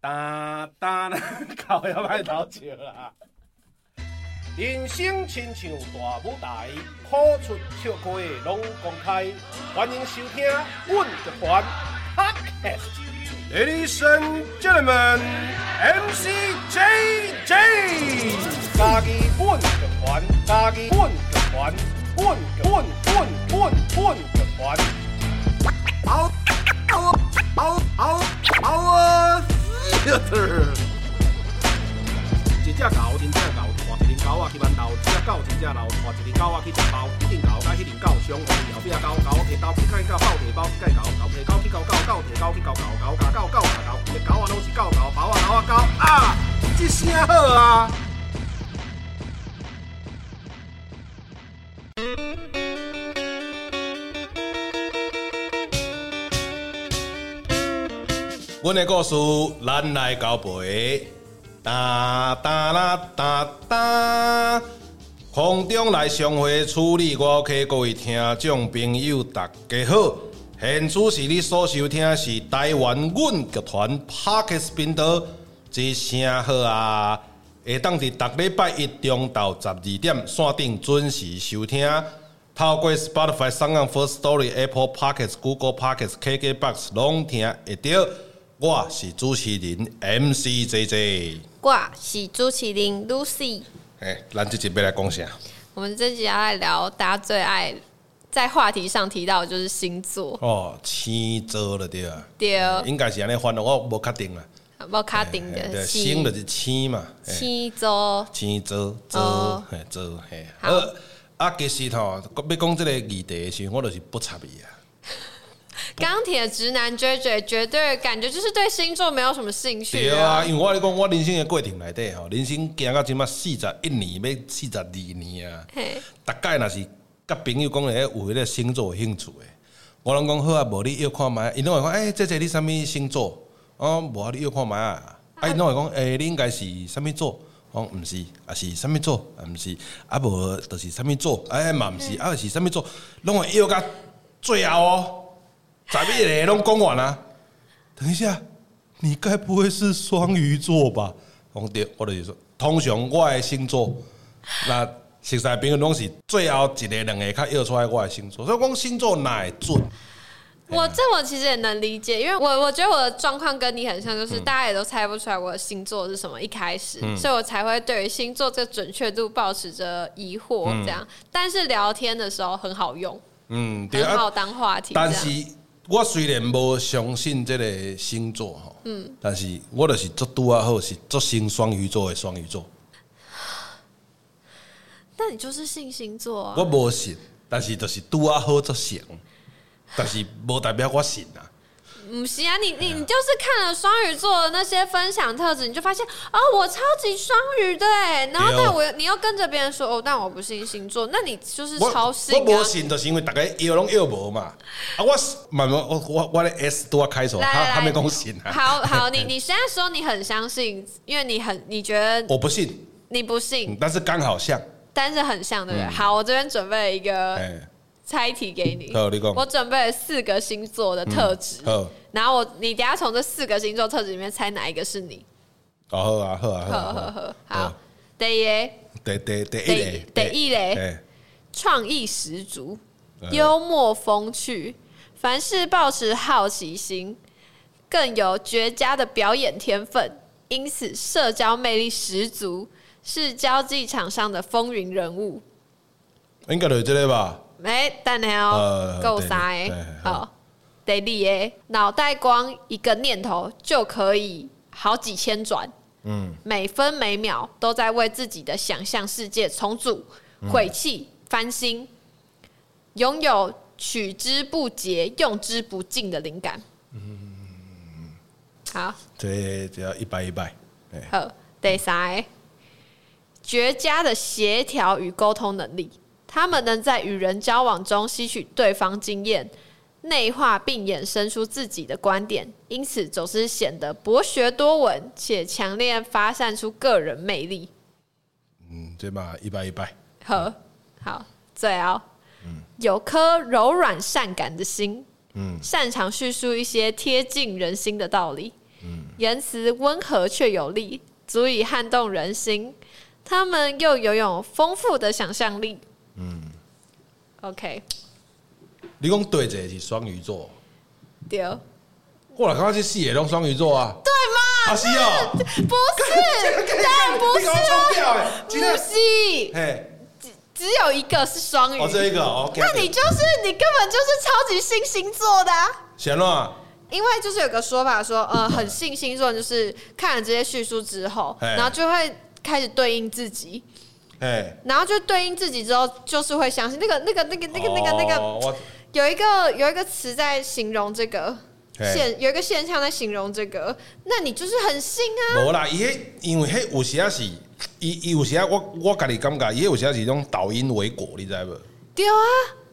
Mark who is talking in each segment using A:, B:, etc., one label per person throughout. A: 哒哒 啦，搞也歹偷笑啦。啊人生亲像大舞台，苦出笑开拢公开。欢迎收听《阮乐团 Podcast》。Ladies and gentlemen, MC JJ。家己阮乐团，家己阮乐团，阮阮阮阮阮乐团。嗷 嗷嗷嗷嗷啊！一只狗，真正狗，换一只狗啊去挽斗；一只狗，真正流，换一只狗啊去食包。一只狗甲迄只狗相换，后壁狗狗摕刀去砍狗，狗摕包去砍狗，狗摕狗去咬狗，狗摕狗去咬狗，狗咬狗，狗咬狗，一狗啊拢是狗狗，包啊狗啊狗啊，即声好啊！
B: 阮的故事，咱来交陪。哒哒啦哒哒，空中来相会处理我 K 各位听众朋友，大家好。现此时你所收听的是台湾阮剧团 Parkes 频道之声好啊，会当伫逐礼拜一中昼十二点线顶准时收听。透过 Spotify、s o u n First Story、Apple p o c k e t Google p o c k e t KKBox 拢听会到。我是主持人 MC JJ。
C: 我是朱启林 Lucy，
B: 哎，咱这集要来讲啥？
C: 我们这集要来聊大家最爱在话题上提到的就是星座，
B: 哦，星座了对啊，
C: 对，哦
B: 应该是安尼翻咯，我无确定啦。
C: 无卡定
B: 哎
C: 的
B: 对，星就是是星嘛，哎
C: 星座，
B: 星座座
C: 哦
B: 嘿座嘿。
C: 好
B: 好啊，其实吼，要讲这个议题的时候，我就是不插伊啊。
C: 钢铁直男 JJ 绝对感觉就是对星座没有什么兴趣
B: 对
C: 啊
B: 啊，因为我咧讲，我人生的过程内底吼，人生行到即满四十一年，要四十二年啊。
C: 嘿，
B: 大概若是甲朋友讲诶，有迄个星座有兴趣诶，我拢讲好啊，无你约看觅，因拢会讲，诶、姐姐你啥物星座？哦，无啊，你约看觅啊。啊，因拢会讲，诶、你应该是啥物座？我讲毋是，啊是啥物座？啊毋是，啊无就是啥物座？哎嘛毋是，啊是啥物座？拢会约到最后哦，十一个拢讲完啊。等一下，你该不会是双鱼座吧？我对，我就是说，通常我的星座，那熟识朋友拢是最后一个两个较约出来我的星座，所以讲星座哪会准？
C: 我这我其实也能理解，因为我我觉得我的状况跟你很像，就是大家也都猜不出来我的星座是什么，一开始，
B: 嗯
C: 所以我才会对于星座这个准确度保持着疑惑这样。但是聊天的时候很好用，
B: 嗯，对
C: 很好
B: 啊。
C: 当话题这样。
B: 但是我虽然无相信这个星座吼，嗯，但是我就是做拄啊好是做星双鱼座的双鱼座，
C: 那你就是信星座啊？
B: 我无信，但是就是拄啊好做成，但是无代表我信啊。
C: 不行啊，你你你就是看了双鱼座的那些分享特质，你就发现哦，我超级双鱼的哎，然后
B: 对哦
C: 但我又你又跟着别人说哦，但我不信星座，那你 就是
B: 我
C: 超信
B: 我
C: 啊
B: 无。信，就是因为大家约拢约无嘛。啊，我是慢慢我我我的 S 都要开手，
C: 来
B: 他
C: 来
B: 他没
C: 来
B: 讲信啊，
C: 好 好，你你现在说你很相信，因为你很你觉得
B: 我不信，
C: 你不
B: 嗯
C: 信，
B: 但是刚好像，
C: 但是很像对不对？好，我这边准备了一个
B: 哎，
C: 猜题给你
B: 好你讲，嗯
C: 我准备了四个星座的特质，
B: 好，
C: 然后我你等一下从这四个星座特质里面猜哪一个是你。
B: 哦好啊，好啊，好
C: 呵
B: 啊好
C: 呵
B: 啊，
C: 呵，
B: 好
C: 好，第一个
B: 第第第一
C: 第
B: 类，
C: 第一类
B: 哎，
C: 创意十足
B: 嗯，
C: 幽默风趣，凡事保持好奇心，更有绝佳的表演天分，因此社交魅力十足，是交际场上的风云人物。
B: 应该就是这个吧？
C: 哎，等下
B: 呃
C: 哦，够
B: 对
C: 啥
B: 对
C: 哎
B: 对？
C: 好，得力哎，脑袋光一个念头就可以好几千转，嗯，每分每秒都在为自己的想象世界重组、晦气、翻新，拥有取之不竭、用之不尽的灵感。嗯，好。
B: 这只要一百一百，哎，
C: 好，第三个，绝佳的协调与沟通能力，他们能在与人交往中吸取对方经验，内化并衍生出自己的观点，因此总是显得博学多闻，且强烈发散出个人魅力。
B: 嗯，这嘛一百一百，
C: 好，好，最后，有颗柔软善感的心，擅长叙述一些贴近人心的道理，言辞温和却有力，足以撼动人心。他们又拥有丰富的想象力。嗯，OK，
B: 你讲对者是双鱼座，
C: 丢，
B: 我来看这四个拢双鱼座啊，
C: 对
B: 啊是哦，
C: 吗？不是，但不
B: 你给
C: 是哦
B: 我冲掉哎，
C: 不
B: 今天
C: 是，
B: 嘿，
C: 只有一个是双鱼。
B: 哦这一个哦，OK，
C: 那你就是你根本就是超级新星座的、啊。
B: 显了，
C: 因为就是有个说法说，呃，很信星座就是看了这些叙述之后，
B: 嘿
C: 然后就会开始对应自己，
B: 嘿，
C: 然后就对应自己之后，就是会相信那个那个那个那个那个那个
B: 哦我
C: 有一个有一个词在形容这个
B: 嘿
C: 现有一个现象在形容这个，那你就是很信啊，
B: 无啦，伊迄因为迄有时啊是，伊伊有时啊，我我家己感觉，伊迄有时啊是那种导因为果，你知无？
C: 对啊，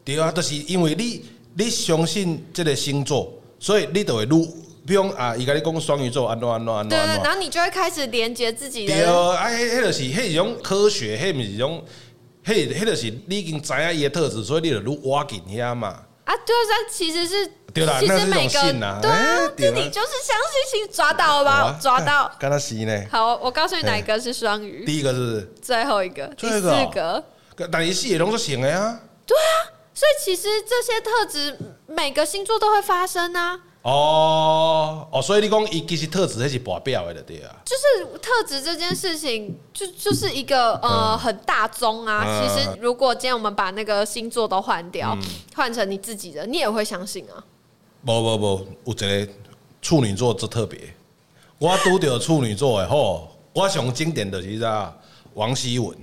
B: 对啊，就是因为你你相信这个星座，所以你就会愈，比如讲啊，伊甲你讲双鱼座安怎安怎安怎
C: 对，
B: 安
C: 然
B: 怎，
C: 后你就会开始连接自己
B: 对
C: 的，
B: 啊，迄迄就是迄是种科学，迄毋是种，迄迄就是你已经知影伊的特质，所以你就愈挖紧遐嘛。
C: 啊，对啊，但其实是
B: 对啦
C: 其
B: 那
C: 实
B: 是一种
C: 每个
B: 信啊
C: 对
B: 哎
C: 啊，
B: 对
C: 那
B: 啊
C: 你就是相信星抓到了吧，抓 到。
B: 哎敢若是呢。
C: 好，我告诉你哪一个是双鱼。
B: 第一个是不是，
C: 最后一个，第
B: 最后
C: 四
B: 一个哦
C: 个。
B: 但伊四个拢是行的啊。
C: 所以其实这些特质每个星座都会发生啊，
B: 哦哦，所以你讲伊其实特质迄是跋表的就对啊。
C: 就是特质这件事情就就是一个呃很大宗啊。
B: 嗯
C: 其实如果今天我们把那个星座都换掉，换成你自己的，你也会相信啊。
B: 无无无，有一个处女座真特别。我拄着处女座的吼，我上经典就是啥王希文，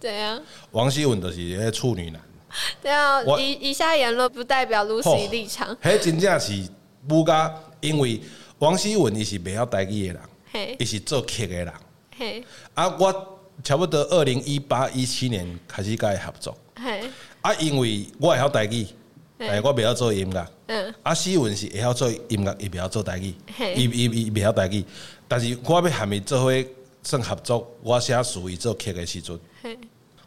C: 怎样？
B: 王希文就是迄处女男，
C: 啊对啊，
B: 我
C: 以以下言论不代表
B: 吼
C: Lucy 立场。
B: 迄真正是母甲，因为王希文伊是袂晓台语的人，
C: 嘿
B: 伊是做客的人。
C: 嘿
B: 啊，我差不多二零一八一七年开始甲伊合作，
C: 嘿，
B: 啊，因为我会晓台语，
C: 嗯
B: 但我袂晓做音乐。
C: 嗯，
B: 啊，诗文是会晓做音乐，伊袂晓做台语
C: 嘿，
B: 伊伊伊袂晓台语，但是我要含伊做伙算合作，我写词伊做曲的时阵，
C: 嘿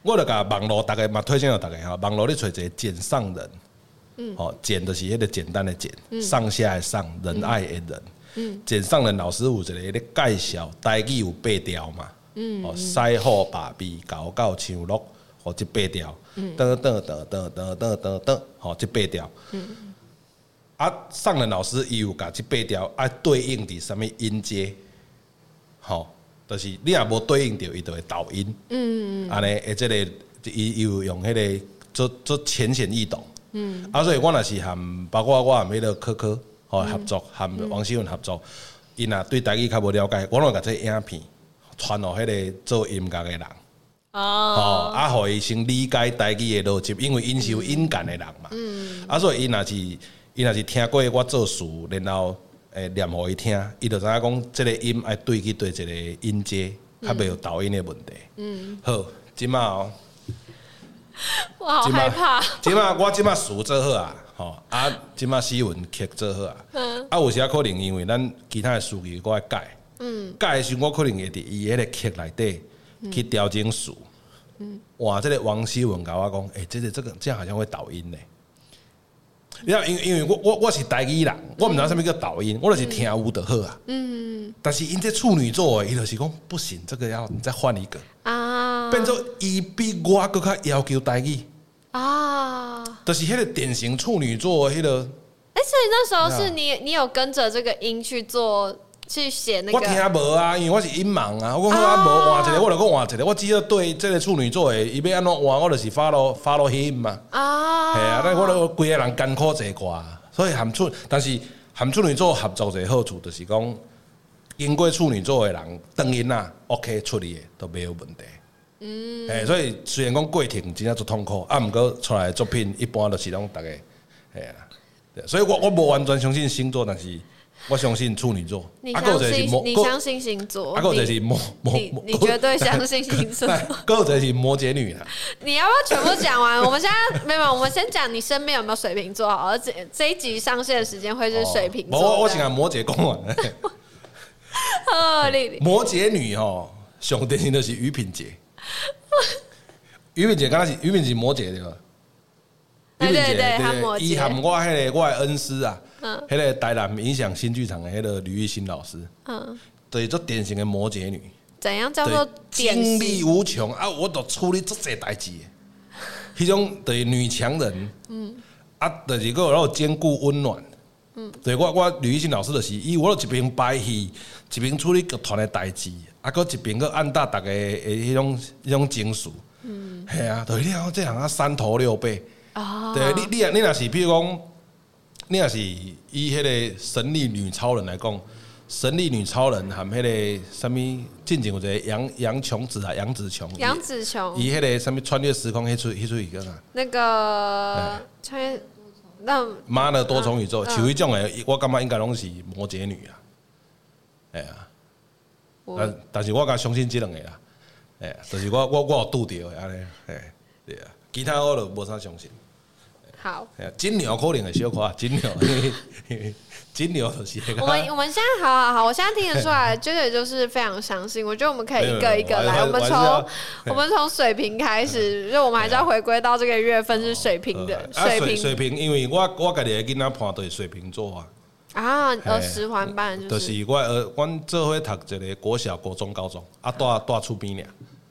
B: 我就甲网络逐个嘛推荐给逐个吼，网络你找一个简上人，嗯，哦，简就是迄个简单的简，上下的上，仁爱的人，嗯，简上人老师有一个咧介绍，台语有八条嘛，嗯，哦，西好把臂搞到唱落，哦，即八条，噔噔噔噔噔噔噔噔，哦，即八条。啊，上人老师伊有甲即八条啊对应伫什物音阶，吼、就是你若无对应着，伊就会抖音。嗯，安尼，诶，即个伊伊有用迄、个做做浅显易懂。嗯，啊，所以我若是含包括我含迄个科科吼、合作，含王希文合作，伊若对台语较无了解，我拢甲即影片传互迄个做音乐的人。哦
C: 哦，，
B: 啊，互伊先理解台语的逻辑，因为因是有音感的人嘛，啊，所以伊若是伊若是听过我做事，然后诶念互伊听，伊就知影讲即个音爱对去对一个音阶，较袂有抖音的问题。嗯，好，即马哦，
C: 我好
B: 即马
C: 害怕。
B: 即马我即马词做好啊，吼啊，即马诗文曲做好啊，啊，有时啊可能因为咱其他的词语我爱改，嗯，改的时候我可能会伫伊迄个曲内底去调整词。哇，这个王希文甲我讲，诶、这个这个这样好像会抖音呢、你知道，因为因为我我我是台语人，我毋知道什么叫抖音，我就是听有就好啊。嗯，但是因这处女座的，伊就是讲不行，这个要你再换一个，
C: 啊
B: 变做伊比我更较要求台语，
C: 啊！
B: 就是迄个典型处女座的迄、个。
C: 哎、所以那时候是你，你有跟着这个音去做，去写那
B: 我
C: 个
B: 听无啊，因为我是音盲啊，我讲我无换一个，我就讲换一个，我只要对这个处女座的，伊要安怎换，我就是 follow follow him 嘛。
C: 啊，
B: 系啊，咱我都规个人艰苦一寡，所以含处，但是含处女座合作者好处就是讲，经过处女座的人，当因啊，OK 处理的都没有问题。嗯，哎，所以虽然讲过程真正足痛苦，啊，毋过出来的作品一般都是拢逐个，哎啊，对所以我我无完全相信星座，但是我相信处女座。
C: 你
B: 啊还有
C: 相
B: 一个是
C: 信
B: 摩
C: 你
B: 还有
C: 相信星座，
B: 啊，还有一个是摩摩，
C: 你
B: 摩
C: 你绝对相信星 座。
B: 还有一个是摩羯女啊，
C: 你要不要全部讲完？我们现在没有，没有我们先讲你身边有没有水瓶座好了。而这这一集上线的时间会是水瓶座
B: 哦
C: 的。
B: 我我 先甲摩羯啊讲完。
C: 呵，丽丽，
B: 摩羯女哦吼，上典型就是于品杰。于品杰刚开始，于品杰摩羯对吧？
C: 哎对对
B: 于品杰
C: 她摩羯
B: 伊含我迄个我的恩师啊，嗯，迄个台南影响新剧场的迄个吕玉新老师，
C: 嗯，
B: 就是做典型的摩羯女，
C: 怎样叫做
B: 就是
C: 典
B: 精力
C: 型？
B: 无穷啊，我都处理足侪代志的，迄种就是女强人，嗯，啊，就是个然后兼顾温暖。嗯，对我我吕玉新老师就是，伊我就一边排戏，一边处理剧团的代志，啊，搁一边搁按搭大家的迄种迄种情绪，嗯，系啊，就是你看这人啊三头六臂，
C: 啊，
B: 对你，你若你若是，比如讲，你若是以迄个神力女超人来讲，神力女超人含迄个什物，进前有一个杨杨琼子啊，杨子琼，
C: 杨紫琼
B: 伊迄个什物穿越时空迄出迄出伊个啥？
C: 那
B: 哎
C: 个穿越那
B: 妈的多重宇宙，
C: 嗯
B: 像迄种诶，我感觉应该拢是摩羯女啊，哎呀，啊
C: 我
B: 但但是我敢相信即两个啦，哎，就是我我我有拄着的安尼，哎，对啊，其他我就无啥相信。
C: 好。
B: 哎呀金牛可能会小看金牛， 金牛就是那个啊
C: 我们我们现在好好好，我现在听得出来，娟姐就是非常相信。我觉得我们可以一个一个来，我
B: 没有没
C: 们
B: 有
C: 从
B: 我还
C: 我们从水平开始，就我们还是要回归到这个月份是水平的
B: 啊
C: 水
B: 水水
C: 平
B: 平，因为我我家己的囡仔判对水瓶座啊，
C: 啊，
B: 嘿
C: 呃，十环班
B: 就
C: 就是
B: 是我呃，阮做伙读一个国小、国中、高中，啊，住住厝边俩，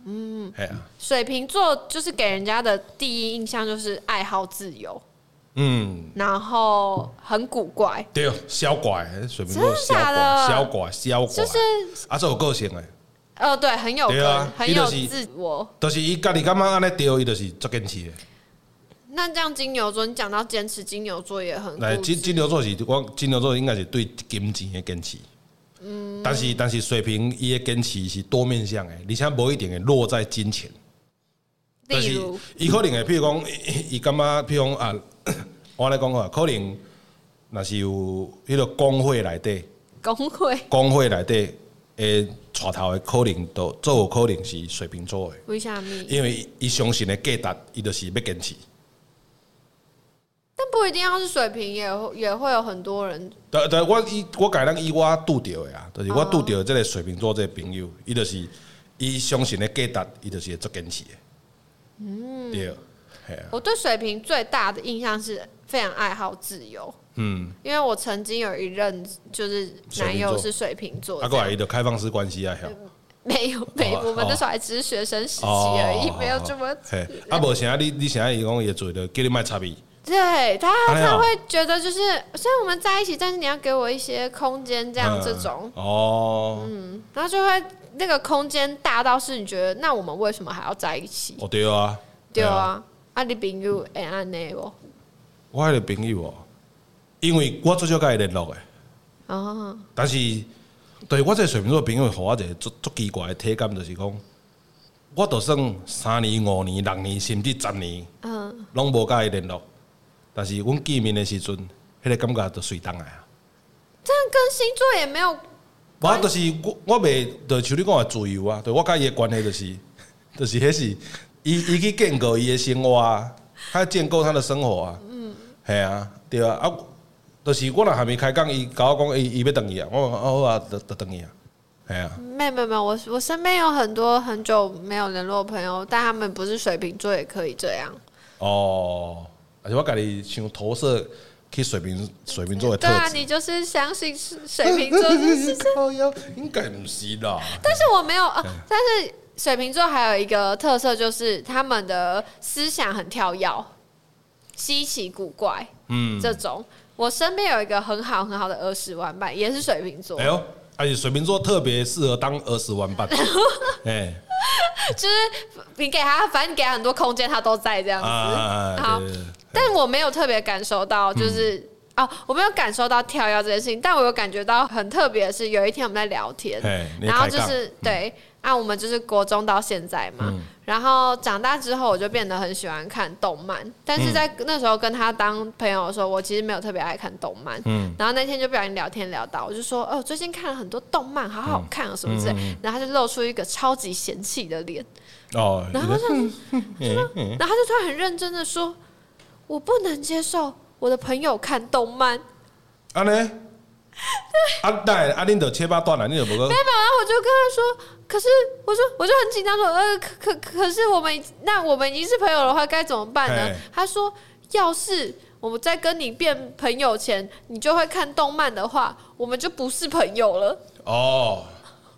B: 嗯，系啊，
C: 水瓶座，就是给人家的第一印象就是爱好自由，
B: 嗯，
C: 然后很古怪，
B: 对，小怪水瓶座，
C: 真的
B: 小
C: 假
B: 怪
C: 的
B: 小怪小怪，
C: 就是
B: 啊，这有个性诶，
C: 呃，对，很有
B: 对啊
C: 个很
B: 你就
C: 有
B: 是
C: 自我。
B: 就是伊家己感觉安尼对，伊就是足坚持的。
C: 那这样金牛座，你讲到坚持金牛座也很
B: 来
C: 固
B: 金
C: 执
B: 金牛座是，我金牛座应该是对金钱的坚持。
C: 嗯
B: 但是但是水瓶伊的坚持是多面向的，而且无一定会落在金钱。但
C: 例
B: 是
C: 如
B: 伊可能会，譬如讲，伊伊感觉，譬如讲啊， 我来讲好了，可能若是有迄个工会内底，
C: 工会，
B: 工会内底诶，带头的可能都最有可能是水瓶座的，
C: 为什么？
B: 因为伊伊相信的价值，伊就是要坚持。
C: 但不一定要是水平，也会也会有很多人
B: 但但我以我改咱以我拄着的啊，就是我
C: 哦
B: 拄着即个水瓶座即个朋友，伊就是伊相信的价值，伊就是会足坚持的。嗯，对，系啊，
C: 我对水瓶最大的印象是非常爱好自由，
B: 嗯，
C: 因为我曾经有一任就是男友是水瓶座，
B: 啊，
C: 这
B: 过
C: 样
B: 来伊就开放式关系啊，晓。
C: 没有没有，
B: 哦
C: 我们那时候还只是学生时期
B: 啊
C: 而已，没有这么
B: 嘿，啊，无啥你你啥伊讲伊做的，叫你卖差别，
C: 对他
B: 哎呀
C: 他会觉得就是虽然我们在一起，但是你要给我一些空间，这样
B: 嗯
C: 这种，嗯
B: 哦，
C: 然后就会那个空间大到是你觉得那我们为什么还要在一起？
B: 哦对啊，
C: 对，啊，啊你朋友会安内不？
B: 我迄个朋友哦，因为我最少甲伊联络诶，
C: 哦，
B: 但是对我这个水瓶座的朋友，互我一个足足奇怪的体感，就是讲，我就算三年、五年、六年，甚至十年，
C: 嗯，
B: 拢无甲伊联络，但是阮见面的时阵，迄、个感觉就随当来啊。
C: 这样跟星座也没有
B: 我就是我，我袂，就像你讲的自由啊，对我甲伊的关系就是， 就是迄是，伊伊去建构伊的生活啊，他建构他的生活啊，嗯，系啊，对啊，啊，就是我若还没开讲，伊甲我讲，伊伊要等伊啊，我讲哦好啊，就就等伊啊，系啊，
C: 没有没有没有，我我身边有很多很久没有联络的朋友，但他们不是水瓶座也可以这样。
B: 哦，而且我家己想投射去水瓶水瓶座的特
C: 对啊，
B: 质，
C: 你就是相信是 水瓶座是是是，
B: 靠腰应该不是啦，
C: 但是我没有
B: 嗯
C: 啊。但是水瓶座还有一个特色就是他们的思想很跳跃、稀奇古怪
B: 嗯，
C: 这种。我身边有一个很好很好的儿时玩伴，也是水瓶座
B: 哎，呦，而且水瓶座特别适合当儿时玩 伴，哎。
C: 就是你给他，反正你给他很多空间，他都在这样子。
B: 啊，
C: 好
B: 对对对
C: 但我没有特别感受到，就是、哦，我没有感受到跳跃这件事情，但我有感觉到很特别的是，有一天我们在聊天
B: 嘿，你在
C: 然后
B: 开
C: 就
B: 杠嗯
C: 是对，啊，我们就是国中到现在嘛，然后长大之后我就变得很喜欢看动漫，但
B: 嗯
C: 是在那时候跟他当朋友的时候，我其实没有特别爱看动漫，
B: 嗯
C: 然后那天就不小心聊天聊到，我就说，哦，最近看了很多动漫，好
B: 嗯
C: 好看啊什么之类，然后他就露出一个超级嫌弃的脸，
B: 哦，嗯
C: 然后他想然后他就突然很认真的说：“我不能接受我的朋友看动漫。”没
B: 安 尼，啊，当然，啊，恁就切八段了，恁就 无个，
C: 有啊，我就跟他说：“可是，我说，我就很紧张说，呃，可可可是我们已那我们已经是朋友的话，该怎么办呢
B: 嘿？”
C: 他说：“要是我们在跟你变朋友前，你就会看动漫的话，我们就不是朋友了。
B: 哦，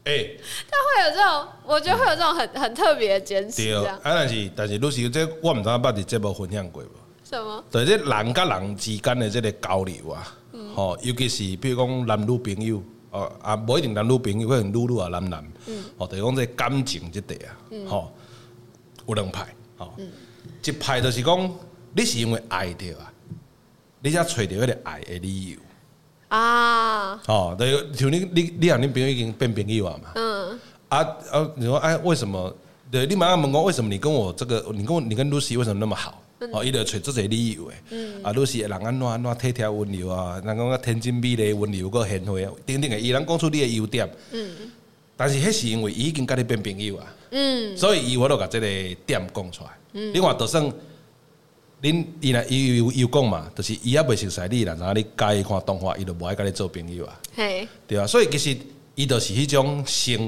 B: 诶、
C: 他会有这种，我觉得会有这种很很特别的坚持，
B: 对，
C: 这
B: 啊
C: 样，
B: 但是但是，老师，这我毋知影捌伫节目分享过无？
C: 什么？
B: 就是这人甲人之间的这个交流啊，吼、尤其是比如讲男女朋友，哦啊，无一定男女朋友，可能女女啊男男，哦、就是讲这感情这块啊，吼、有两派，吼、一派就是讲你是因为爱着啊，你才找着迄个爱的理由，
C: 啊，
B: 哦，就是像你你你和你朋友已经变朋友啊嘛，
C: 嗯，
B: 啊啊，你说哎，为什么？对，你马上问我为什么你跟我这个，你跟我你跟 Lucy 为什么那么好？哦，伊就找这些理由诶。啊，Lucy 的人安怎安怎体贴温柔啊，人讲啊天真美丽温柔个贤惠啊，等等的，伊能讲出你的优点。嗯。但是迄是因为伊已经甲你变朋友啊。嗯。所以伊我都甲这个点讲出来。嗯。另外，就算恁伊若伊有有讲嘛，就是伊也未熟悉你啦，然后你介意看动画，伊就无爱甲你做朋友啊。
C: 嘿，
B: 对啊，所以其实伊就是迄种先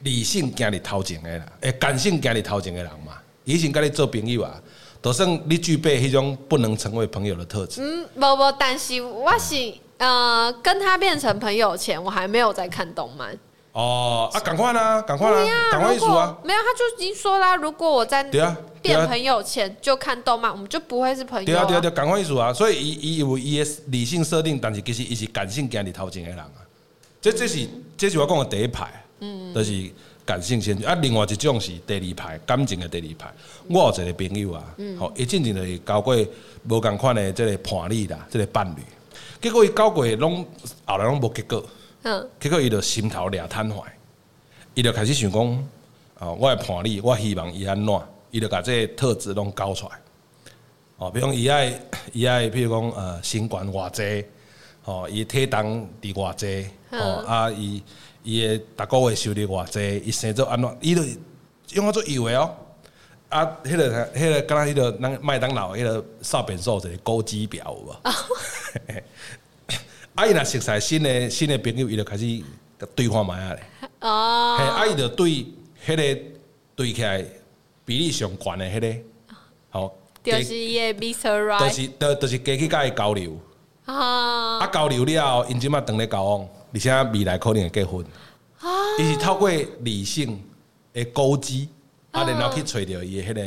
B: 理性行伫头前的啦，诶，感性行伫头前的人嘛，伊先甲你做朋友啊，就算你具备迄种不能成为朋友的特质，
C: 嗯，不不，但是我是呃，跟他变成朋友前，我还没有在看动漫。
B: 哦啊，赶快啦，赶快
C: 对
B: 啦，
C: 呀、
B: 赶快
C: 如
B: 艺术啊
C: 果，没有，他就已经说啦，如果我在
B: 对啊对啊
C: 变朋友前就看动漫，我们就不会是朋
B: 对
C: 友、
B: 啊对啊对啊，赶快艺术啊，所以伊伊有伊的理性设定，但是其实伊是感性行伫头前的人啊，这这是这是我讲的第一派，嗯，就是。感性先啊，另外一种是第二派，感情的第二派。我有一个朋友啊，吼、伊进前就是交过无共款的即个伴侣啦，即、个伴侣，结果伊交过的拢后来拢无结果，
C: 嗯，
B: 结果伊就心头掠瘫痪，伊就开始想讲，啊、我的伴侣，我希望伊安怎，伊就把这个特质拢交出来。哦，比如讲伊爱 伊爱，比如讲呃，身悬偌济，哦，伊体重伫偌济，哦啊，伊伊的逐个月收入偌济，伊生做安怎，伊就用我做以为哦。啊，迄、个、迄、个，敢若迄个咱麦当劳迄个扫便所有一个勾机表有 无？啊，伊若熟悉新的新的朋友，伊就开始对看卖啊咧。
C: 哦，
B: 嘿，啊，伊就对迄个对起来比例上悬的迄个，吼，
C: 哦就是耶 Mr.
B: 加就
C: Right
B: 是就就是加去甲伊交流，
C: 啊
B: 啊，交流了后，因即马当咧交往，而且未来可能会结婚，
C: 啊
B: 伊是透过理性的勾稽，
C: 哦
B: 啊，然后去找着伊迄个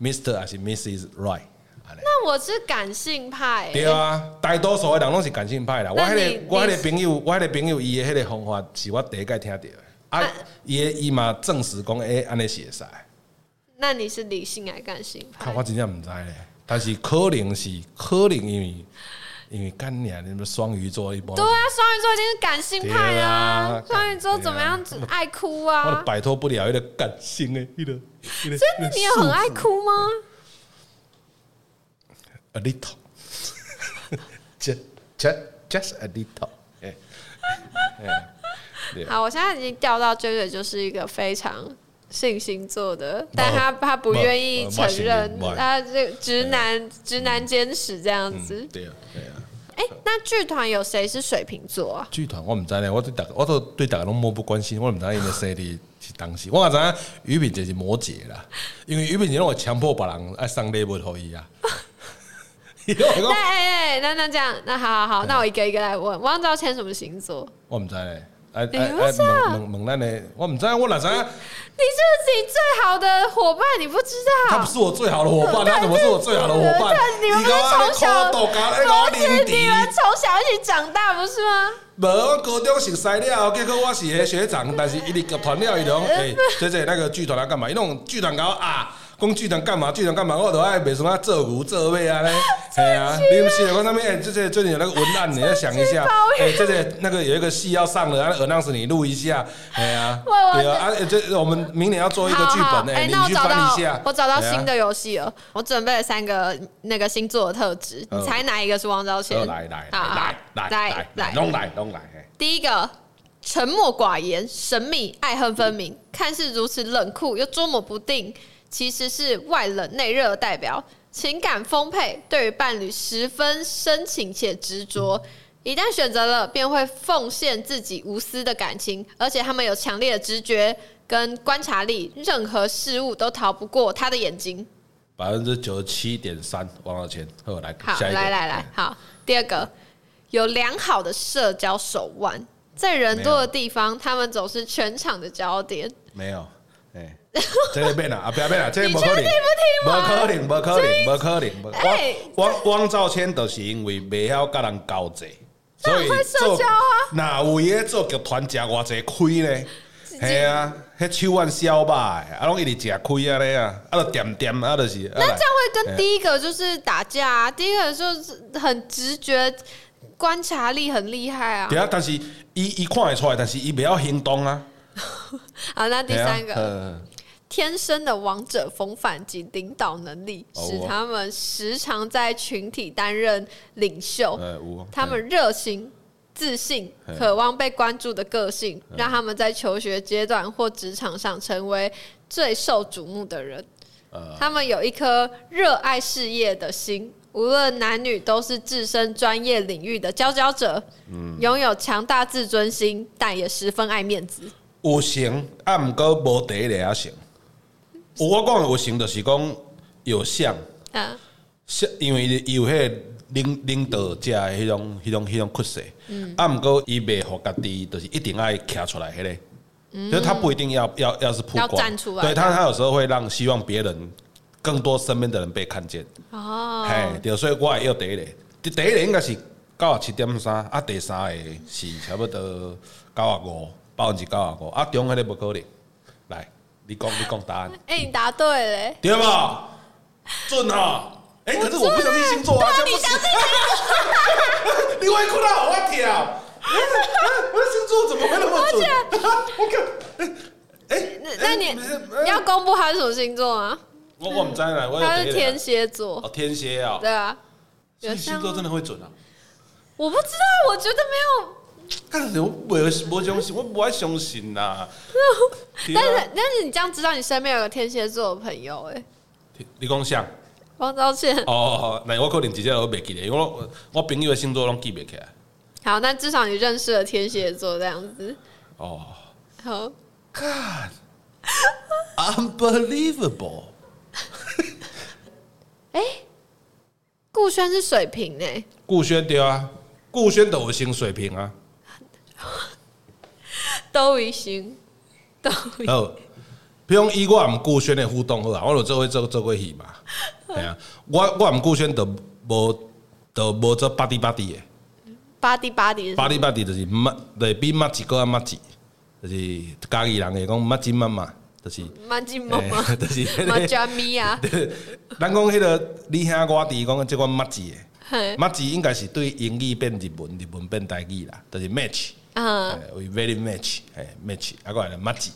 B: Mr 还是 Mrs Right。安啊尼
C: 那我是感性派、欸
B: 对啊，大多数的人拢是感性派啦。我
C: 那
B: 迄
C: 你
B: 个我迄
C: 你
B: 个朋友，我迄个朋友伊的迄个方法是我第一届听到的。啊
C: 啊，
B: 伊的伊嘛证实讲，诶，安尼是会使。
C: 那你是理性还是感性派
B: 看？我真正毋知咧，但是可能是可能因为因为干娘你们双鱼座一般，
C: 对啊，双鱼座一定是感性派啊
B: 对啊！
C: 双鱼座怎么样
B: 对啊
C: 爱哭
B: 我都
C: 啊？
B: 摆脱不了迄个感性的迄个。真
C: 真的，你有很爱哭吗？
B: a little. just, just, just a little. 哎、对
C: 好，我现在已经掉到 J J 就是一个非常信星座的，但他他不愿意承认
B: 不不，不
C: 他这直男直男坚持这样子
B: 嗯，。对啊，对啊。
C: 哎，那剧团有谁是水瓶座啊？
B: 剧团我毋知咧，我对大家我都对大家拢漠不关心，我毋知因的生 日是当时。我也知影于品姐是摩羯啦，因为于品姐拢会强迫别人爱送礼物互伊 啊。伊拢会
C: 那
B: 讲
C: 哎哎，那那这样，那好好
B: 嗯
C: 好，那我一个一个来问，王兆谦什么星座？
B: 我毋知咧，哎
C: 哎
B: 哎哎，
C: 我知啊
B: 问问问咱咧，我毋知啊，我哪知影
C: 你就是你最好的伙伴，你不知
B: 他
C: 道
B: 不？是我最好的伙伴，他怎么是我最好的伙伴
C: 对？你们不是从小，
B: 抖咖，你搞我
C: 不是
B: 领
C: 你
B: 敌。
C: 们从小一起长大，不是吗？
B: 无，我高中熟识了，结果我是迄学长，但是伊入剧团了，伊就讲，诶、姐姐那个剧团啊干嘛？伊弄剧团搞啊，讲剧团干嘛？剧团干嘛？我都爱袂什么做牛做马啊咧，系啊，你不是讲什么？诶、姐姐最近有那个文案，你要想一下，诶、姐姐那个有一个戏要上了，那 announce 你录一下，系啊，
C: 我我
B: 对啊，啊，诶这我们明年要做一个
C: 好
B: 剧
C: 好
B: 本，诶、
C: 哎，
B: 你
C: 那我
B: 去
C: 找
B: 翻一
C: 到
B: 下，
C: 我找到
B: 对啊
C: 新的游戏了，我准备了三个那个星座的特质，
B: 嗯
C: 你猜哪一个是王兆谦？
B: 好来来
C: 好好
B: 来来
C: 来
B: 来来，拢来拢来，嘿
C: 第一个，沉默寡言，神秘，爱恨分明，看似如此冷酷又捉摸不定，其实是外冷内热的代表。情感丰沛，对于伴侣十分深情且执着。一旦选择了，便会奉献自己无私的感情，而且他们有强烈的直觉跟观察力，任何事物都逃不过他的眼睛。
B: 百分之九十七点三王老钱，好来
C: 好，
B: 下一个，哎
C: 来来来，好，第二个有良好的社交手腕，在人多的地方，他们总是全场的焦点。
B: 没有，哎， 这个变啦，啊不要变 啦，这个
C: 你
B: 不可能，
C: 确定不听
B: 不
C: 完
B: 可能，不可能，不可能不可
C: 哎
B: 能。汪汪汪兆谦就是因为未晓甲人交际，
C: 这
B: 所以
C: 很会社交啊
B: 做。那有伊做剧团食偌济亏咧，系啊，迄手腕消吧，啊拢一直食亏啊咧啊，啊就点点啊就是。啊
C: 那
B: 来
C: 这样会跟第一个就是打架、啊，第一个就是很直觉，观察力很厉害啊
B: 对。啊，但是伊伊看会出来，但是伊未晓行动啊。
C: 好，那第
B: 嘿啊
C: 三个，
B: 呃
C: 天生的王者风范及领导能力，
B: 哦
C: 使
B: 我
C: 他们时常在群体担任领袖。
B: 呃有哦
C: 他们热情、自信、渴望被关注的个性，
B: 嗯
C: 让他们在求学阶段或职场上成为最受瞩目的人。
B: 呃
C: 他们有一颗热爱事业的心，无论男女都是自身专业领域的佼佼者，
B: 嗯
C: 拥有强大自尊心，但也十分爱面子。
B: 有成啊，毋过无第一个啊成。有我讲的有成，就是讲有像。
C: 嗯，
B: 是因为伊有迄个领领导者的迄种、迄种、迄种趋势，啊，毋过伊袂互家己，就是一定爱徛出来迄、个。就是他不一定要要要是曝光，
C: 要站出来
B: 对他他有时候会让希望别人更多身边的人被看见，
C: 哦
B: 嘿、，对，所以我也要第一个，第第一个应该是九十七点三，啊，第三个是差不多九十五，百分之九十五，啊，中间迄个无可能，来，你讲你讲答案，
C: 哎、你答对了欸、
B: 对吧？准啊！哎、可是我不相信星座啊，这样不行。 你会哭到我跳，哎我的星座怎么会那么准？我靠！哎，
C: 那那你
B: 不是哎
C: 要公布他是什么星座吗？
B: 我我们在哪？我有
C: 他是
B: 别的
C: 天蝎座，
B: 哦，天蝎啊，
C: 对啊，
B: 所
C: 有
B: 以星
C: 像
B: 座
C: 吗
B: 真的会准啊！
C: 我不知道，我觉得没有。
B: 但是我不会不相信，我不爱相信呐。对啊
C: 但是但是你这样知道你身边有个天蝎座的朋友哎、
B: 你讲啥？
C: 王昭宪。
B: 哦哦，哦那我可能直接都袂记得，因为我我朋友的星座拢记袂起来。
C: 好，那至少你认识了天蝎座这样子。
B: 哦。
C: 好，
B: God, unbelievable！
C: 哎、顾轩是水瓶哎、
B: 顾轩对啊，顾轩的有薪水平啊，
C: 都一星，都一
B: 然后，比如以我们顾轩的互动好啊，我有做过做做过戏嘛，系啊，我我们顾轩的无的无做巴蒂巴蒂的，
C: 巴蒂巴蒂是什
B: 巴
C: 么
B: 蒂巴蒂就是抹，就是比抹几个抹几，就是家己人会讲抹几抹嘛，就是，
C: 马吉妈妈，
B: 欸就是那个
C: 马吉啊咪呀，
B: 咱讲迄个你兄我弟讲的这款抹几的。
C: 嘿
B: 马字应该是对英语变日文，日文变台语啦，就是 match，
C: 嗯，
B: 哎，we very match，哎，match，啊个来马字，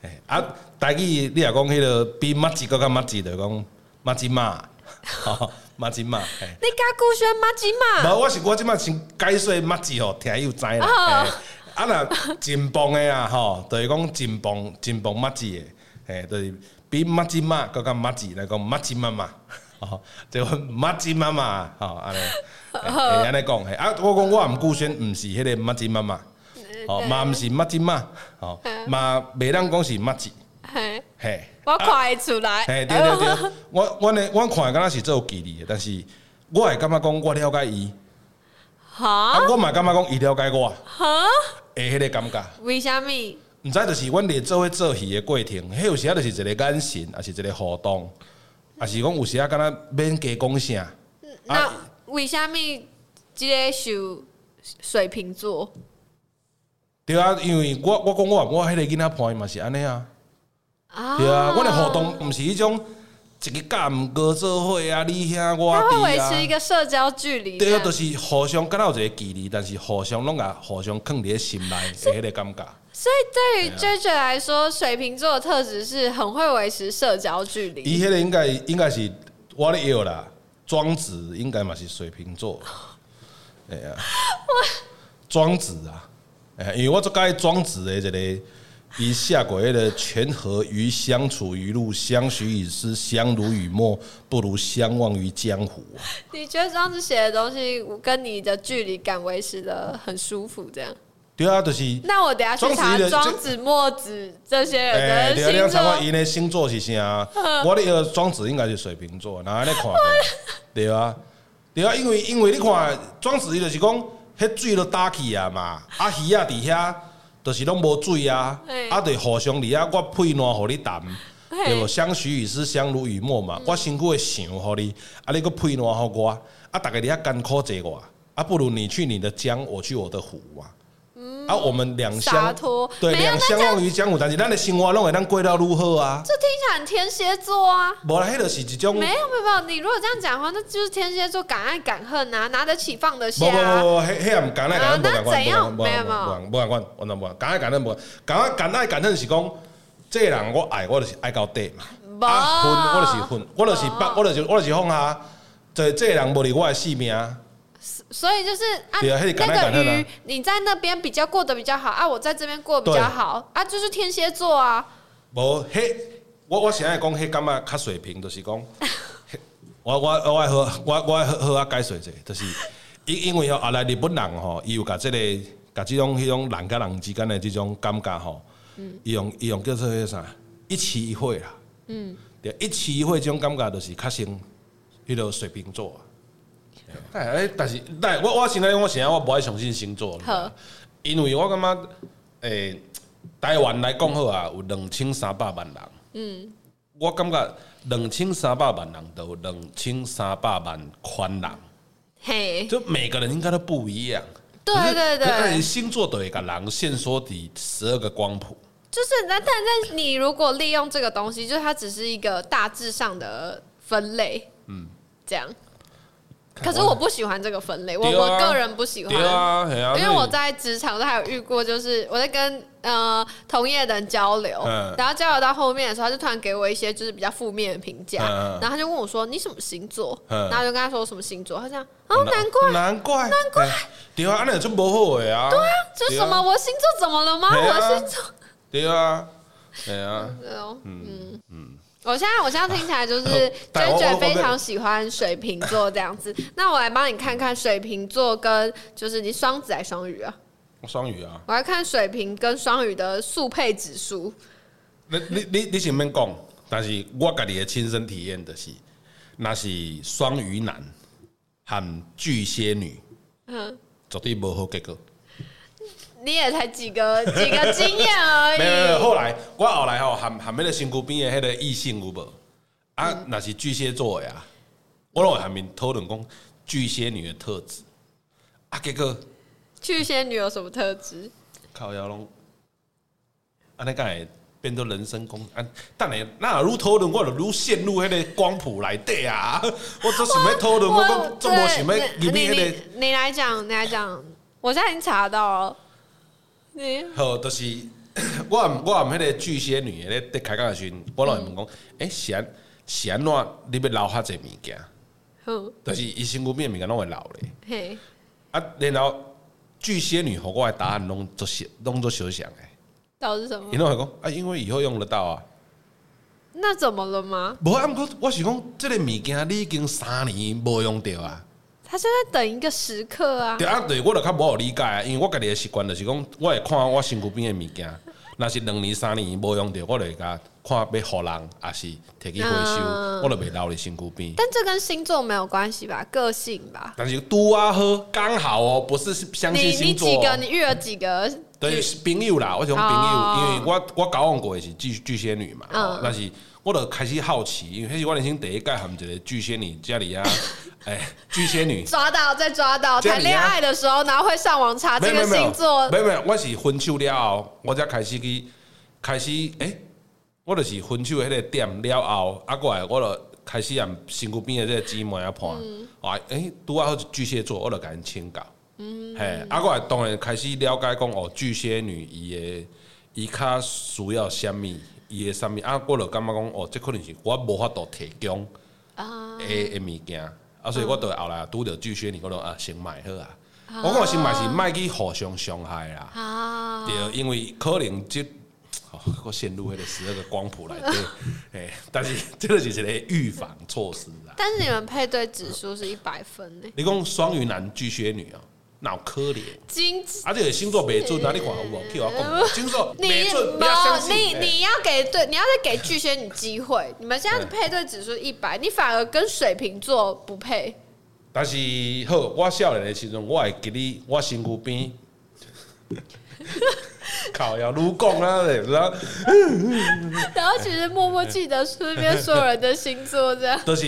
B: 哎，啊，台语你若讲迄个比马字更加马字，就是讲 马字嘛， 吼，马字嘛，哎，
C: 你甲顾轩马吉 嘛，
B: 无我是我即摆先解说马字吼，听有知啦，
C: 哦
B: 哎啊若真棒的啊，吼，就是讲真棒真棒马字的，哎，就是比马字嘛更加马字来讲马字嘛嘛， 哦，就马字嘛嘛，吼，安 尼。会安尼讲，嘿啊，我讲我毋顾轩毋是迄个麦子妈妈，
C: 呃
B: 哦，嘛毋是麦子妈，哦，嘛袂当讲是麦子，
C: 嘿，
B: 嘿，
C: 嗯我
B: 啊，
C: 看得出来，
B: 嘿，对对对，我我呢，我看敢若是做距离的，但是我会感觉讲我了解伊，啊
C: 哈，
B: 我嘛感觉讲伊了解我，
C: 哈，
B: 会迄个感觉。
C: 为什么？
B: 毋知就是阮连做伙做戏的过程，迄有时啊就是一个眼神，也是一个互动，也是讲有时啊敢若免加讲啥，啊
C: 那为什么这个是水瓶座？
B: 对啊，因为我我讲我我迄个囡仔伴嘛是安尼啊。
C: 啊
B: 对啊，我的活动毋是迄种一个甲毋过做伙啊，你兄我
C: 它会维
B: 弟啊
C: 持一，个社交距离这
B: 对啊，
C: 样，
B: 就是互相敢若有一个距离，但是互相拢啊互相藏伫咧心内，是迄个感觉。
C: 所以对于 JJ 来说，水瓶座的特质是很会维持社交距离。
B: 伊迄个应该应该是我咧摇啦，庄子应该嘛是水瓶座， 哎呀，庄子啊，哎，因为我最介庄子的一个。伊下过迄个泉河鱼相处于路，相许以诗，相濡以沫，不如相忘于江湖啊。
C: 你觉得这样子写的东西，我跟你的距离感维持的很舒服，这样
B: 对啊，就是
C: 那我等下去
B: 庄
C: 查
B: 子的
C: 庄子、墨子这些
B: 哎，
C: 人
B: 对啊，
C: 的
B: 你要
C: 星
B: 参看
C: 座，
B: 因的星座是 啥？我的呃庄子应该是水瓶座，哪安尼看的？对啊，对啊，因为因为你看庄子伊就是讲，迄水都打去啊嘛，啊鱼啊伫遐，就是拢无水啊
C: 嘿，
B: 啊对互相伫遐，我配烂互你啖。
C: 嘿嗯
B: 对无？相许以思，相濡以沫嘛。我辛苦的想互你，啊，你个配烂互我，啊，逐个你遐艰苦坐我，啊，不如你去你的江，我去我的湖嘛。啊，我们两
C: 嗯洒
B: 相
C: 脱
B: 对，
C: 没有
B: 两
C: 那
B: 相
C: 这样
B: 忘于江湖，但是咱的生活拢会咱过到如何啊？
C: 这听起来很天蝎座啊。
B: 无啦，迄就是一种，无
C: 没有没有没有，你如果这样讲的话，那就是天蝎座敢爱敢恨啊，拿得起放得
B: 无
C: 下啊。
B: 无，迄迄也毋敢爱
C: 啊
B: 敢
C: 那
B: 恨，无
C: 怎样
B: 敢管，无
C: 没
B: 敢管，无
C: 有
B: 敢管，无敢管，敢爱敢恨，无敢敢敢爱敢恨是讲，这个人我爱，我就是爱到底嘛。
C: 无
B: 啊，恨我就是恨，我就是北，我就是我就是放下，这这个人无伫我的性命。
C: 所以就是啊，
B: 对啊那
C: 那
B: 个感叹感
C: 个
B: 叹啊
C: 鱼你在那边比较过得比较好啊，我在这边过得比较好啊，就是天蝎座啊，
B: 无迄，我我现在讲迄感觉较水平，就是讲， 迄我我我爱好我我爱好好啊解释者，就是因因为吼，后啊来日本人吼，伊有甲即、个甲即种迄种人甲人之间的即种感觉吼，伊用伊用叫做迄啥一期一会啦，嗯，对，一期一会即种感觉就是较像迄个水瓶座啊。哎，哎但是，但我我现在我现在我不爱相信星座，
C: 呵，
B: 因为我感觉，诶、台湾来讲好啊，有两千三百万人。嗯，我感觉两千三百万人都有两千三百万宽人，
C: 嘿，
B: 就每个人应该都不一样。
C: 对
B: 可是
C: 对对
B: 可是星座都有一个人限缩底十二个光谱。
C: 就是那但但你如果利用这个东西，就是它只是一个大致上的分类，嗯，这样。可是我不喜欢这个分类，我
B: 对啊
C: 我个人不喜欢
B: 对，啊，对啊，
C: 因为我在职场都还有遇过，就是我在跟呃同业的人交流，
B: 嗯
C: 然后交流到后面的时候，他就突然给我一些就是比较负面的评价，
B: 嗯嗯
C: 然后他就问我说你什么星座，
B: 嗯
C: 然后我就跟他说我什么星座，他讲
B: 那
C: 哦难怪
B: 难怪，难怪，对啊，安尼就无好的啊。对啊，
C: 这是什么我星座怎么了吗？
B: 对啊
C: 我的星座，
B: 对啊，对啊。
C: 对哦嗯嗯。 我现在我现在听起 来就是
B: 但我
C: J
B: 我
C: J
B: 我
C: 非常喜欢水瓶座这样子，那我来帮你看看水瓶座跟就是你双子还是双鱼啊？
B: 双鱼啊，
C: 我要看水瓶跟双鱼的速配指数。
B: 你你你你是免讲，但是我家己的亲身体验就是，那是双鱼男和巨蟹女，
C: 嗯，
B: 绝对无好结果。
C: 你也才几个 几个经验而
B: 没有没有，没有
C: 已。
B: 后来我后来吼含含迄个身躯边的迄个异性有无？啊，那是巨蟹座的啊，我拢会含面讨论讲巨蟹女的特质。啊，结果
C: 巨蟹女有什么特质？
B: 靠腰拢，安尼敢会变做人生攻安？等下那愈讨论，我就愈陷入迄个光谱内底啊！我做想要讨论，我讲这么
C: 对
B: 想要入去
C: 你
B: 迄
C: 你
B: 个，
C: 你来讲，你来讲，我现在已经查到了。你
B: 好，就是我和我含迄个巨蟹女的咧在开讲的时阵，我老会问讲，诶、是安是安怎你要留遐济物件？
C: 哼
B: 就是伊身躯边的物件拢会留咧。
C: 嘿，
B: 啊，然后巨蟹女和我的答案拢做相拢做相像诶，
C: 到底是什么
B: 伊？拢会讲啊，因为以后用得到啊。
C: 那怎么了吗？
B: 无啊，毋过我是讲，即个物件你已经三年无用着啊。
C: 他现在等一个时刻啊。
B: 对啊，对，我就较无好理解啊，因为我家己的习惯就是讲，我会看我身躯边的物件，若是两年、三年无用着，我就会甲看要互人，还是摕去回收，
C: 嗯
B: 我就袂留伫身躯边。
C: 但这跟星座没有关系吧？个性吧。
B: 但是拄啊好刚好哦，不是相信
C: 你你
B: 星座
C: 几
B: 哦、
C: 个？你遇了几个？
B: 对，是朋友啦，我想朋友，
C: 哦
B: 因为我我交往过的是巨巨蟹女嘛，
C: 嗯
B: 哦但是我就开始好奇，因为迄是我人生第一届含一个巨蟹女家里啊， 哎，巨蟹女。
C: 抓到再抓到，
B: 这
C: 谈
B: 样你啊
C: 恋爱的时候，然后会上网查
B: 没
C: 这
B: 有
C: 个
B: 没有
C: 星座
B: 没有没有，我是分手了后，我才开始去开始诶、我就是分手迄个点了后，啊过来我就开始按身躯边的这个姊妹啊伴，
C: 嗯
B: 啊诶，拄啊好是巨蟹座，我就甲因请教，嗯，嘿，啊过来当然开始了解讲哦，巨蟹女伊的伊较需要什物，伊的什物啊，我就感觉讲哦，这可能是我无法度提供。
C: 啊。
B: 诶诶物件，啊，
C: 嗯
B: 所以我对后来拄着巨蟹你讲啊，先买好啊。我讲先买是卖去互相伤害啦，
C: 啊，
B: 对，因为可能即哦我陷入迄个十二个光谱内底，诶，但是这个就是一个预防措施啦。
C: 但是你们配对指数是一百分呢、
B: 你讲双鱼男巨蟹女哦，脑可怜。
C: 金
B: 啊，这个星座没准啊，你看有无？去我讲，星座
C: 你
B: 没准，不要相
C: 不，
B: 信。
C: 你
B: 哎
C: 你要给对，你要再给巨蟹你机会。你们现在的配对指数一百，你反而跟水瓶座不 配。
B: 但是好，我少年的时阵，我会记你，我身躯边。 靠呀，愈讲啊，嘞，然后
C: 然后其实默默记得身边所有人的星座，这样
B: 就是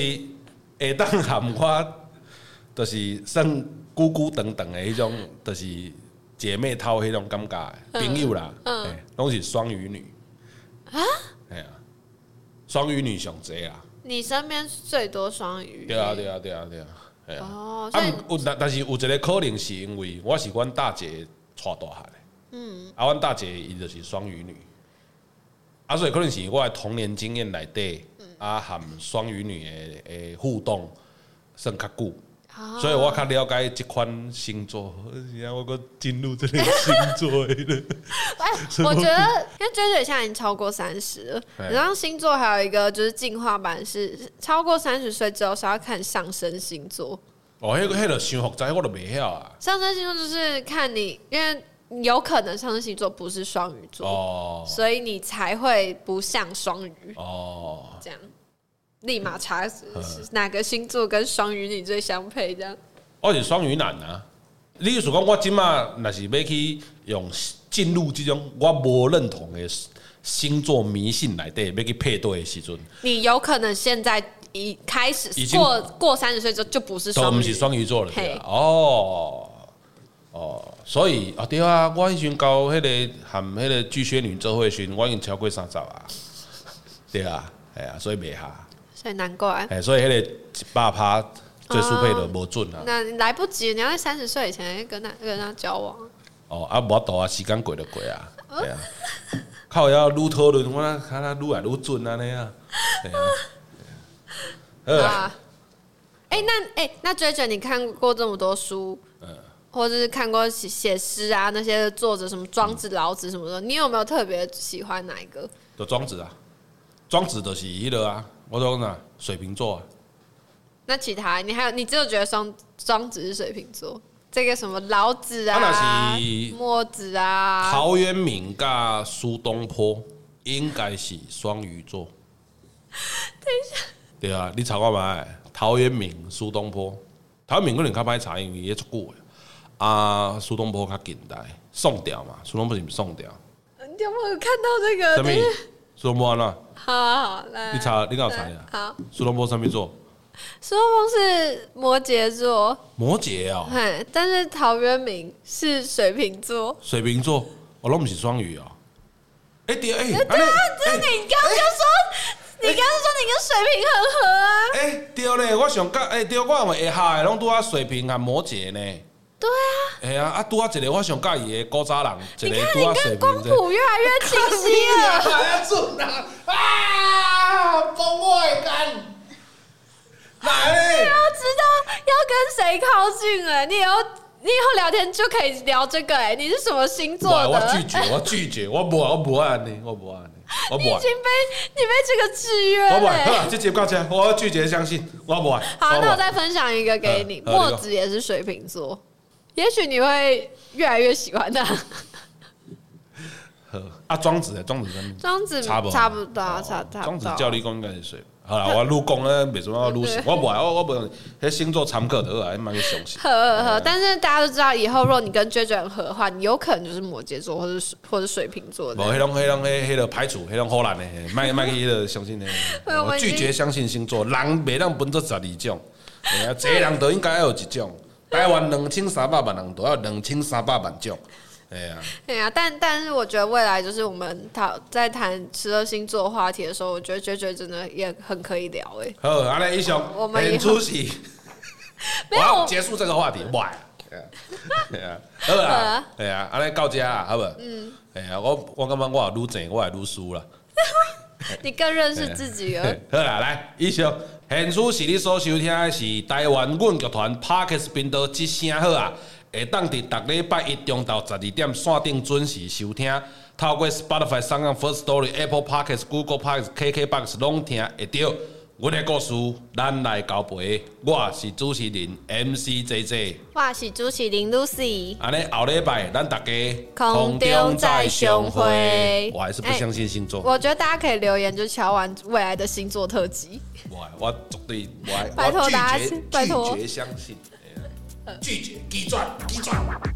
B: 会当含我，就是算久久长长的迄种，就是姐妹淘迄种感觉的，朋友啦，
C: 嗯
B: 哎拢是双鱼女啊，哎呀，双鱼女上济啦，
C: 你身边最多双鱼。
B: 对啊，对啊，对啊，对啊，哎呀，
C: 哦，所
B: 啊
C: 以，
B: 毋有但但是有一个可能是因为我是阮大姐带大汉的，嗯，啊，阮大姐伊就是双鱼女，啊，所以可能是我的童年经验内底，啊，含双鱼女的诶互动算较久，
C: 哦
B: 所以我较了解即款星座，而且我搁进入这个星座的，
C: 哎，我觉得因为 JJ 现在已经超过三十了，
B: 哎
C: 然后星座还有一个就是进化版是超过三十岁之后是要看上升星座，
B: 哦，迄个迄个想复杂，我都袂晓啊，
C: 上升星座就是看你，因为有可能上升星座不是双鱼座，
B: 哦
C: 所以你才会不像双鱼
B: 哦，
C: 这样。立马查是
B: 嗯
C: 是哪个星座跟双鱼你最相配，这样
B: 我是双鱼男啊。你意思讲，我即马若是要去用进入即种我无认同的星座迷信内底，要去配对的时阵，
C: 你有可能现在一开始
B: 已经
C: 过过三十岁之后就不是
B: 都
C: 双
B: 毋
C: 鱼，
B: 是双鱼座了，对
C: 嘿
B: 啊。哦哦，所以啊，对啊，我迄阵交迄个含迄个巨蟹女做伙的时阵，我已经超过三十啊，对啊，哎啊，所以袂合
C: 所以难怪。
B: 哎，所以迄个一百趴最速配的无准啊。
C: 那你来不及，你要在三十岁以前跟他跟他交往。
B: 哦，啊，无度啊，时间过就过啊，对啊，靠，要愈讨论，我那看他愈来愈准安尼啊，对啊，好啦，
C: 啊，哎、那哎、那 j j 你看过这么多书，
B: 嗯
C: 或者是看过写写诗啊那些作者，什么庄子、老子什么的，你有没有特别喜欢哪一个？
B: 就庄子啊，庄子就是迄落啊，我讲呐，水瓶座啊，
C: 那其他你还有，你只有觉得双庄子是水瓶座，这个什么老子
B: 啊
C: 啊
B: 那是、
C: 墨子啊，
B: 陶渊明甲苏东坡应该是双鱼座， 等一下，对啊，你查看卖，陶渊明、苏东坡，陶渊明可能较歹查，因为伊足久的，啊，苏东坡较近代，宋朝嘛，苏东坡是不是宋朝，
C: 呃你有没有看到这个？
B: 什么
C: 等一下？
B: 苏东坡安怎？
C: 好好好来，
B: 你查，你敢有查
C: 来
B: 一下？
C: 好，
B: 苏东坡上面座
C: 苏东坡是摩羯座。
B: 摩羯哦，
C: 嗨，但是陶渊明是水瓶座。
B: 水瓶座，我拢不是双鱼哦。哎对哎，
C: 对啊，这
B: 安尼
C: 你刚刚就说，你刚刚说你跟水瓶很合啊。
B: 哎哎对咧，我想讲哎对，我嘛会下的拢拄啊水瓶和摩羯呢。
C: 对啊，
B: 哎呀，啊拄啊一个我上介意的古早人，一
C: 你
B: 个
C: 看
B: 拄啊
C: 你
B: 水瓶
C: 看光
B: 座。
C: 谱越来越清 晰
B: 啊
C: 了。
B: 还要准啊！啊，崩我的 肝！来哎
C: 你
B: 嘞！
C: 要知道要跟谁靠近哎、你以后你以后聊天就可以聊这个哎、你是什么星座
B: 我
C: 的？
B: 我拒绝，我拒绝，我无我无安尼，我无安尼，我
C: 你
B: 无
C: 已
B: 安尼
C: 经。被你被这个制约
B: 我不
C: 了、
B: 玩，好
C: 哎
B: 啦，这节到这，我拒绝相信，我不玩。
C: 好，
B: 我不
C: 那
B: 玩
C: 我再分享一个给你，
B: 呃呃
C: 墨子也是水瓶座，也许你会越来越喜欢他。
B: 好啊，庄子的庄子跟
C: 庄子
B: 差不
C: 差不多啊
B: 哦
C: 差差不多
B: 庄子教你讲应该是水。好啦，我愈讲咧，袂准我愈信，
C: 对
B: 我不爱，我我不用，迄星座参考就好啊，蛮去相信。
C: 呵呵呵，但是大家都知道，以后若你跟 JJ 很合的话，你有可能就是摩羯座或者水或者水瓶座
B: 无
C: 的。
B: 迄种、迄种、迄、迄个排除、迄种好难的，卖卖去迄个相 信的。
C: 哎我
B: 我
C: 已经
B: 拒绝相信星座，人袂当分做十二种，哎呀，这人都应该要有一种。台湾两千三百万人，都要两千三百万种。哎呀，
C: 对呀、但但是我觉得未来就是我们讨在谈十二星座话题的时候，我觉得 JJ 真的也很可以聊哎、
B: 好，安尼以上，
C: 我们以后
B: 很出席。
C: 没
B: 我要
C: 有，
B: 结束这个话题， 哇！对啊，好啦，对啊，安尼到遮啊，好不？嗯，哎呀，我我感觉我也愈正，我也愈输啦。
C: 你更认识自己了。
B: 好啦，来，以上现处是你所收听的是台湾阮剧团 Parkes 频道之声好啊，会当伫逐礼拜一中昼十二点线顶准时收听，透过 Spotify、s o u n First Story、Apple Parkes、Google Parkes、KKBox 拢听会到。阮的故事，咱来交陪。我是主持人 MC J J，
C: 我是主持人 Lucy。
B: 安尼啊后礼拜咱大家
C: 空中再相会哎
B: 我还是不相信星座，
C: 我觉得大家可以留言，就瞧完未来的星座特辑。
B: 我我绝对我
C: 拜托
B: 我拒
C: 大家
B: 绝
C: 拜托
B: 拒绝相信，哎呀拒绝击转击转。